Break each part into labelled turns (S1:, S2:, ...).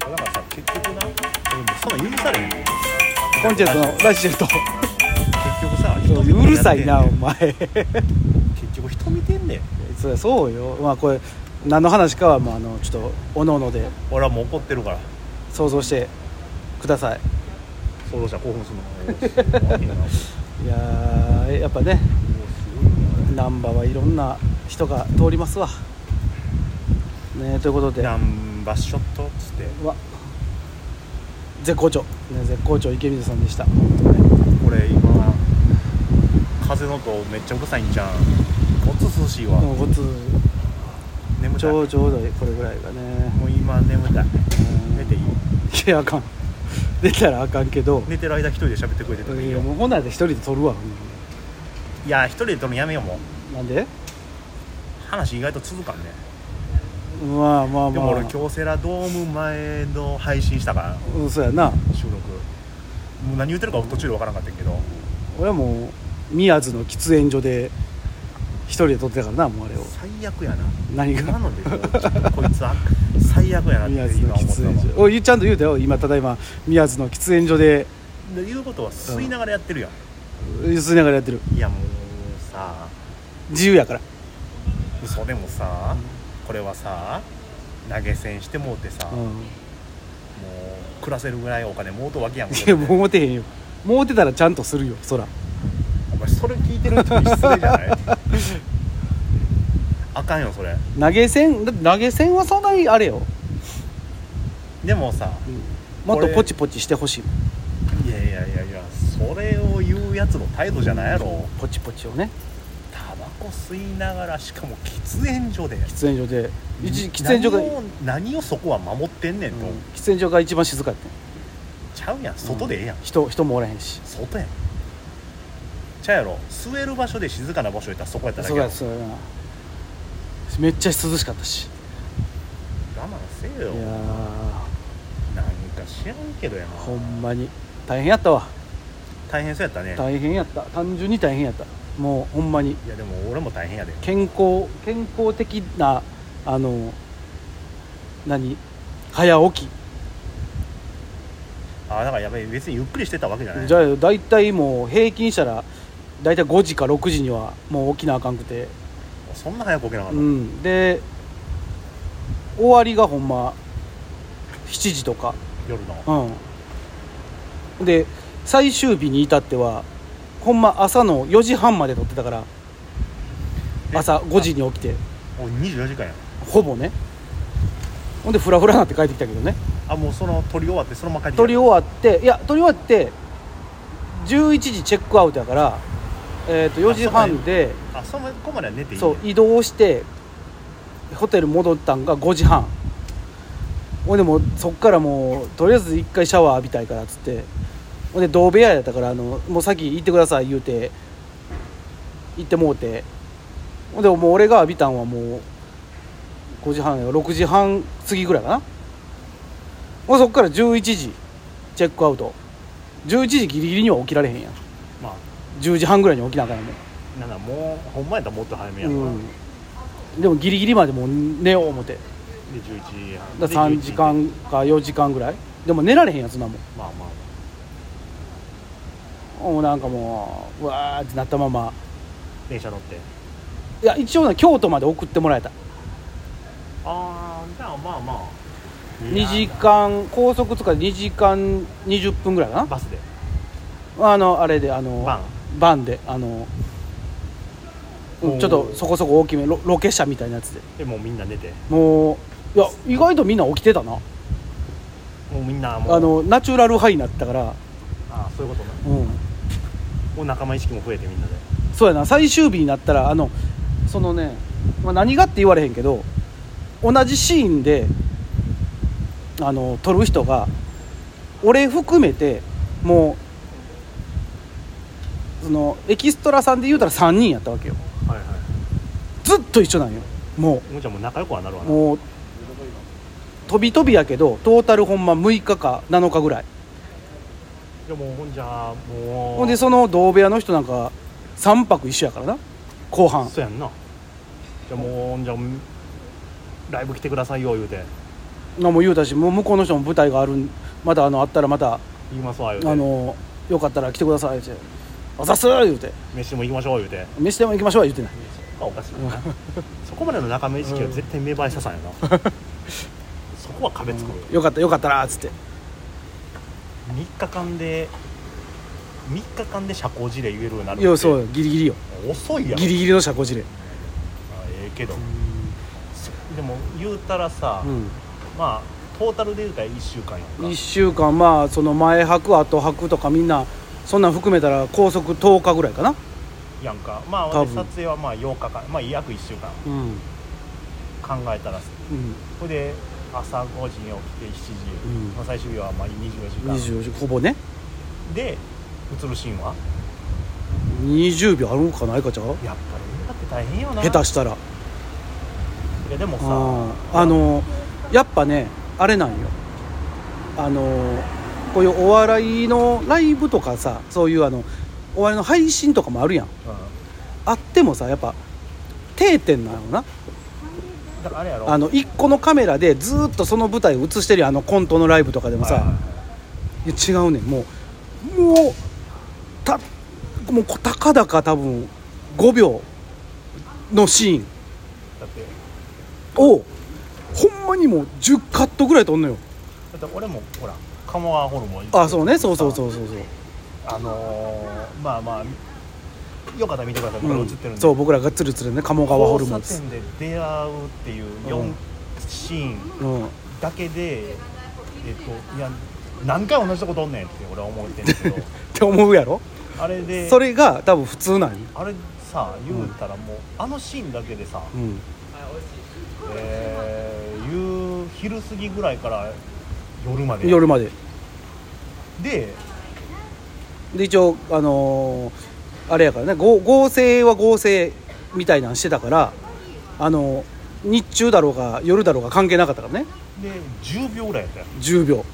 S1: だからさ結局な俺もうそんなん許されへん
S2: コンチェルトのラジチェルト
S1: 結局さ
S2: そう
S1: 人見てんねん
S2: うるさいなお前
S1: 結局人見てんねん
S2: そうそうよまあこれ何の話かはもうあのちょっとおのおので
S1: 俺はもう怒ってるから
S2: 想像してください
S1: 想像者興奮するのがもうす
S2: いやーやっぱね
S1: ごいな
S2: 難波はいろんな人が通りますわねということで
S1: ナンバショットっつって
S2: わ絶好調、ね、絶好調池水さんでした本
S1: これ今風の音めっちゃうるさいんじゃんこっつ涼しいわ
S2: 当ねもうごつ
S1: 眠
S2: ち
S1: たい
S2: ょう
S1: も
S2: ちょうどいいこれぐらいがね
S1: う今眠たい寝ていい
S2: いやあかん出たらあかんけど
S1: 寝てる間一人で喋ってくれてるいい
S2: いや
S1: よ
S2: もうほんなら一人で撮るわほん
S1: いや一人で撮るのやめようもう
S2: ならなんで
S1: 話意外と続かんね
S2: まあまあまあ
S1: でも俺京セラドーム前の配信したから
S2: うんそうやな
S1: 収録もう何言ってるか途中で分からんかったんやけど
S2: 俺はもう宮津の喫煙所で一人で撮ってたからなもうあれを
S1: 最悪や な
S2: 何
S1: 今
S2: が
S1: のでこうちょっとこいつは最悪やな
S2: 宮
S1: って
S2: 津
S1: 今
S2: の
S1: 思った
S2: 喫
S1: わ
S2: 煙所おいちゃんと言うたよ今ただいま宮津の喫煙所で
S1: で言うことは吸いながらやってるやん、
S2: ゆすりながらやってる
S1: いやもうさ
S2: 自由やから
S1: 嘘でもさ、これはさ投げ銭してもうてさ、
S2: う
S1: もうん暮らせるぐらいお金もうとうわけやん
S2: いやもうモてへんよモてたらちゃんとするよそら
S1: お前それ聞いてる人に失礼じゃ ないあかんよそれ
S2: 投げ銭だって投げ銭はそんなにあれよ、
S1: でもさ
S2: もっと
S1: これ
S2: ポチポチしてほしい
S1: いやいやいやいやそれを言うやつの態度じゃないやろ
S2: ポチポチをね
S1: タバコ吸いながらしかも喫煙所で
S2: 喫煙所で一喫煙所が、
S1: 何を何をそこは守ってんねん
S2: うん
S1: と、
S2: 喫煙所が一番静かやったね
S1: ちゃうやん外でええやん、
S2: 人人もおらへんし
S1: 外やんちゃうやろ吸える場所で静かな場所やったらそこやったら
S2: そうやそうやなめっちゃ涼しかったし
S1: 我慢せえ
S2: い
S1: よ
S2: やー
S1: なんか知らんけどやな
S2: ほんまに大変やったわ
S1: 大変そうやったね
S2: 大変やった単純に大変やったもうほんまに
S1: いやでも俺も大変やで
S2: 健康健康的なあの何早起き
S1: ああだからやっぱり別にゆっくりしてたわけじゃない
S2: じゃあ大体もう平均したら大体5時か6時にはもう起きなあかんくて
S1: そんな早く起きなかっ
S2: う
S1: た、
S2: んで終わりがほんま7時とか
S1: 夜の
S2: うんで最終日に至ってはほんま朝の4時半まで撮ってたから
S1: え
S2: 朝5時に起きて
S1: おい24時間やん
S2: ほぼねほんでフラフラなって帰ってきたけどね
S1: あもうその撮り終わってそのまま帰ってきた
S2: 撮り終わっていや撮り終わって11時チェックアウトやから、えー、と4時半で
S1: あそこまでは寝ていい
S2: そう移動してホテル戻ったんが5時半ほんでもうそっからもうとりあえず一回シャワー浴びたいからっつってほんで同部屋やったからあのもう先行ってください言うて行ってもうてほんでもう俺が浴びたんはもう5時半や6時半過ぎぐらいかなほんでそっから11時チェックアウト11時ギリギリには起きられへんやん
S1: ま
S2: 10時半ぐらいに起きなあかんやもん
S1: あなんだもうほんまやったらもっと早めやんな、で
S2: うん、でもギリギリまでもう寝よう思って
S1: 11時半
S2: だ
S1: で
S2: から3
S1: 11
S2: 時間か4時間ぐらいでも寝られへんやつなもん
S1: まあまあ
S2: もうなんかもううわーってなったまま
S1: 電車乗って
S2: いや一応ね京都まで送ってもらえた
S1: ああじゃあまあまあ
S2: 2時間高速使って2時間20分ぐらいか
S1: バスで
S2: なあのあれであの
S1: バン
S2: バンであのうん
S1: おー
S2: ちょっとそこそこ大きめロロケ車みたいなやつで
S1: でもうみんな寝て
S2: もういや意外とみんな起きてたな
S1: もうみんなもう
S2: あのナチュラルハイになったから
S1: あーそういうことな
S2: うん
S1: もう仲間意識も増えてみんなで
S2: そうやな最終日になったらあのそのね、まあ、何がって言われへんけど同じシーンであの撮る人が俺含めてもうそのエキストラさんで言うたら3人やったわけよ
S1: はいはい
S2: ずっと一緒なんよも
S1: もうじゃあもう仲良くはなるわ
S2: う
S1: な
S2: もう飛び飛びやけどトータルほんま6日か7日ぐらい
S1: でもうほんじゃあもう
S2: ほんでその同部屋の人なんか3泊一緒やからな後半
S1: そうやんなじゃあもうほんじゃあライブ来てくださいよ言うて
S2: のも言うたしもう向こうの人も舞台があるんまたあのあったらまたあ
S1: 行きますわ言うて
S2: のよかったら来てくださいって「あざっす!」言うて
S1: 飯でも行きましょう言うて
S2: 「飯でも行きましょう」言うてない
S1: そこはおかしいなそこまでの仲間意識は絶対芽生えささんや なそこは壁作るよ
S2: 「よかったよかったら」っつって
S1: 3日間で3日間で社交辞令言えるようになる
S2: いやそ
S1: っ
S2: うよギリギリよ
S1: て遅いやん
S2: ギリギリの社交辞令
S1: ええけどでも言うたらさ、
S2: う
S1: まあトータルで言うたら1週間やんか
S2: ん、1週間まあその前泊後泊とかみんなそんなん含めたら拘束10日ぐらいかな、
S1: やんかまあ
S2: 多
S1: 私撮
S2: 分
S1: 影はまあ8日間まあ約1週間
S2: うんうん
S1: 考えたらそれで朝5時に起きて7時、
S2: うん
S1: まあ、最終日はまあ24時間
S2: 24時ほぼね
S1: で映るシーンは
S2: 20秒あるんかないかちゃう
S1: やっぱりだって大変よな
S2: 下手したら
S1: いやでもさ
S2: ああのやっぱねあれなんよあのこういうお笑いのライブとかさそういうあのお笑いの配信とかもあるやん
S1: う
S2: あってもさやっぱ定点なのな
S1: んだからあれやろ
S2: あの1個のカメラでずーっとその舞台を映してるやんあのコントのライブとかでもさ、
S1: はいはいはい
S2: いや違うねんもうもうたもうこたかだか多分5秒のシーン
S1: だってだ
S2: をほんまにもう10カットぐらい撮んのよ
S1: って俺もほら鴨川ホルモン行って
S2: あそうねそうそうそうそうそう
S1: あのー、まあまあよかったら見てください、これ映ってるんで
S2: そう僕らがツルツルね鴨川ホルモン
S1: 交
S2: です
S1: 差点で出会うっていう
S2: う
S1: 4
S2: ん
S1: シーン
S2: うん
S1: だけで、えっといや何回同じとことおんねんって俺は思ってんだ けど
S2: って思うやろ
S1: あれで
S2: それが多分普通なんよ
S1: あれさ言うたらもう、あのシーンだけでさ、
S2: うん
S1: えー夕昼過ぎぐらいから夜まで
S2: 夜まで
S1: で
S2: で一応あのーあれやからね合合成は合成みたいなんしてたからあのー日中だろうが夜だろうが関係なかったからね
S1: で10秒ぐらいやったよ
S2: 10秒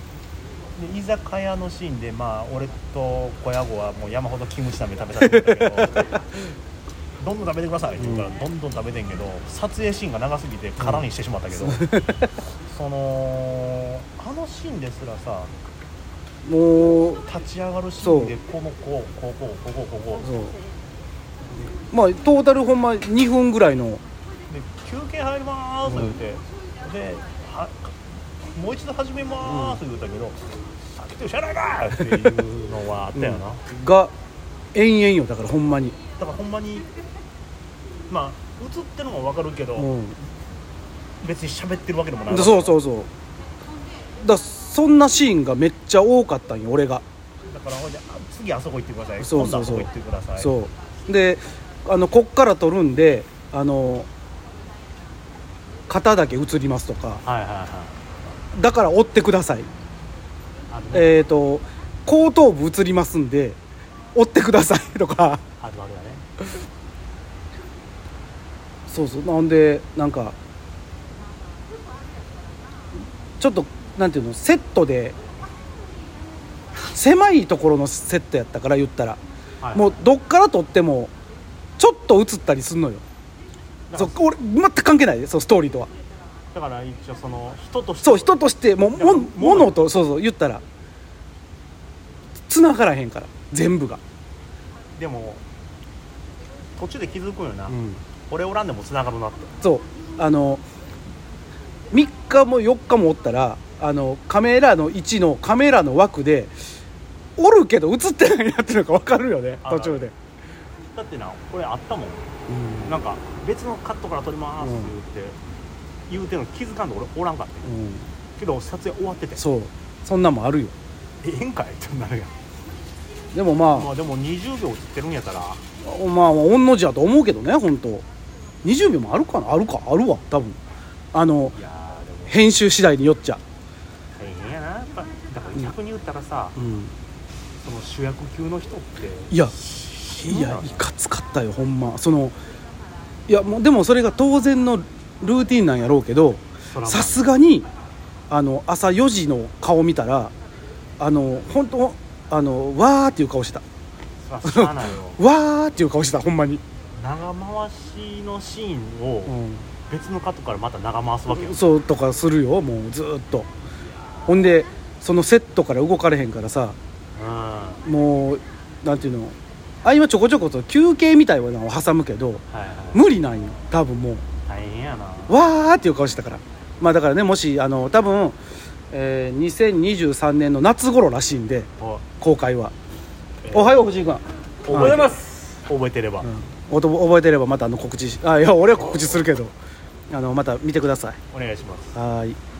S1: で居酒屋のシーンでまあ俺と小屋子はもう山ほどキムチ鍋食べさせてもらったけどどんどん食べてくださいって言うから、
S2: うん
S1: どんどん食べてんけど撮影シーンが長すぎて空にしてしまったけど、そのあのシーンですらさ
S2: もう
S1: 立ち上がるシーンでこのこうこうこうこうこうこうこう
S2: そうまあトータルほんま2分ぐらいの
S1: で休憩入りまーすって言って、ではもう一度始めまーすって言ったけど、さっきとしゃないなーっていうのはあったよな、
S2: が延々よだからほんまに、
S1: だからほんまにまあ映ってるのも分かるけど、
S2: うん、
S1: 別に喋ってるわけでもない
S2: だそううそうそうだそんなシーンがめっちゃ多かったんよ俺が、
S1: だからほんであ次あそこ行ってください
S2: そうそうそう
S1: 今度あそこ行ってください
S2: そうであのこっから撮るんであの肩だけ映りますとか
S1: はいはいはい
S2: だから追ってください
S1: あるね
S2: えっ、と後頭部映りますんで追ってくださいとか
S1: あるあるだね
S2: そうそうなんでなんかちょっとなんていうのセットで狭いところのセットやったから言ったら
S1: はい
S2: もうどっから撮ってもちょっと映ったりすんのよ
S1: だか
S2: そ
S1: ら
S2: う俺全く関係ないでそうストーリーとは
S1: だから一応その人として
S2: そう人としてもうも
S1: なんかもう
S2: 物とそうそう言ったら繋がらへんから全部が、
S1: でも途中で気づくよな、俺おらんでも繋がるなって
S2: そうあの3日も4日もおったらあのカメラの1のカメラの枠でおるけど映ってないなっていうのが分かるよね
S1: あ
S2: 途中で、
S1: だってな俺あったもんなんか別のカットから撮りますって言って、言うてんの気づかんと俺おらんかった
S2: うん
S1: けど撮影終わってて
S2: そうそんなんもあるよ
S1: ええんかいってなるやん
S2: でもまあ
S1: まあでも20秒切ってるんやったら
S2: まあ、まあ、御の字だと思うけどね本当20秒もあるかなあるかあるわ多分あの
S1: いやーでも
S2: 編集次第によっちゃ、
S1: 大変やなやっぱだから逆に言ったらさ、その主役級の人って
S2: いや
S1: 死ぬ
S2: い
S1: よな
S2: やいかつかったよほんまそのいやもうでもそれが当然のルーティンなんやろうけど
S1: そらまあ
S2: さすがにあの朝4時の顔見たらあの本当あのわーっていう顔してた
S1: そらしゃあないよ
S2: わーっていう顔してたほんまに、
S1: 長回しのシーンを
S2: うん
S1: 別のカットからまた長回すわけよ
S2: そうとかするよもうずーっとほんでそのセットから動かれへんからさ
S1: うん
S2: もうなんていうのあ今ちょこちょこと休憩みたいなのを挟むけど
S1: はいはい、
S2: 無理なんよ多分も
S1: 大変やな
S2: うわーっていう顔してたからまあだからねもしあの多分、えー2023年の夏頃らしいんで
S1: お,、
S2: 公開は、
S1: え
S2: おはよう藤井君、
S1: おはようございます覚えてれば、
S2: うんおと覚えてればまたあの告知しあいや俺は告知するけどあのまた見てください
S1: お願いします
S2: はーい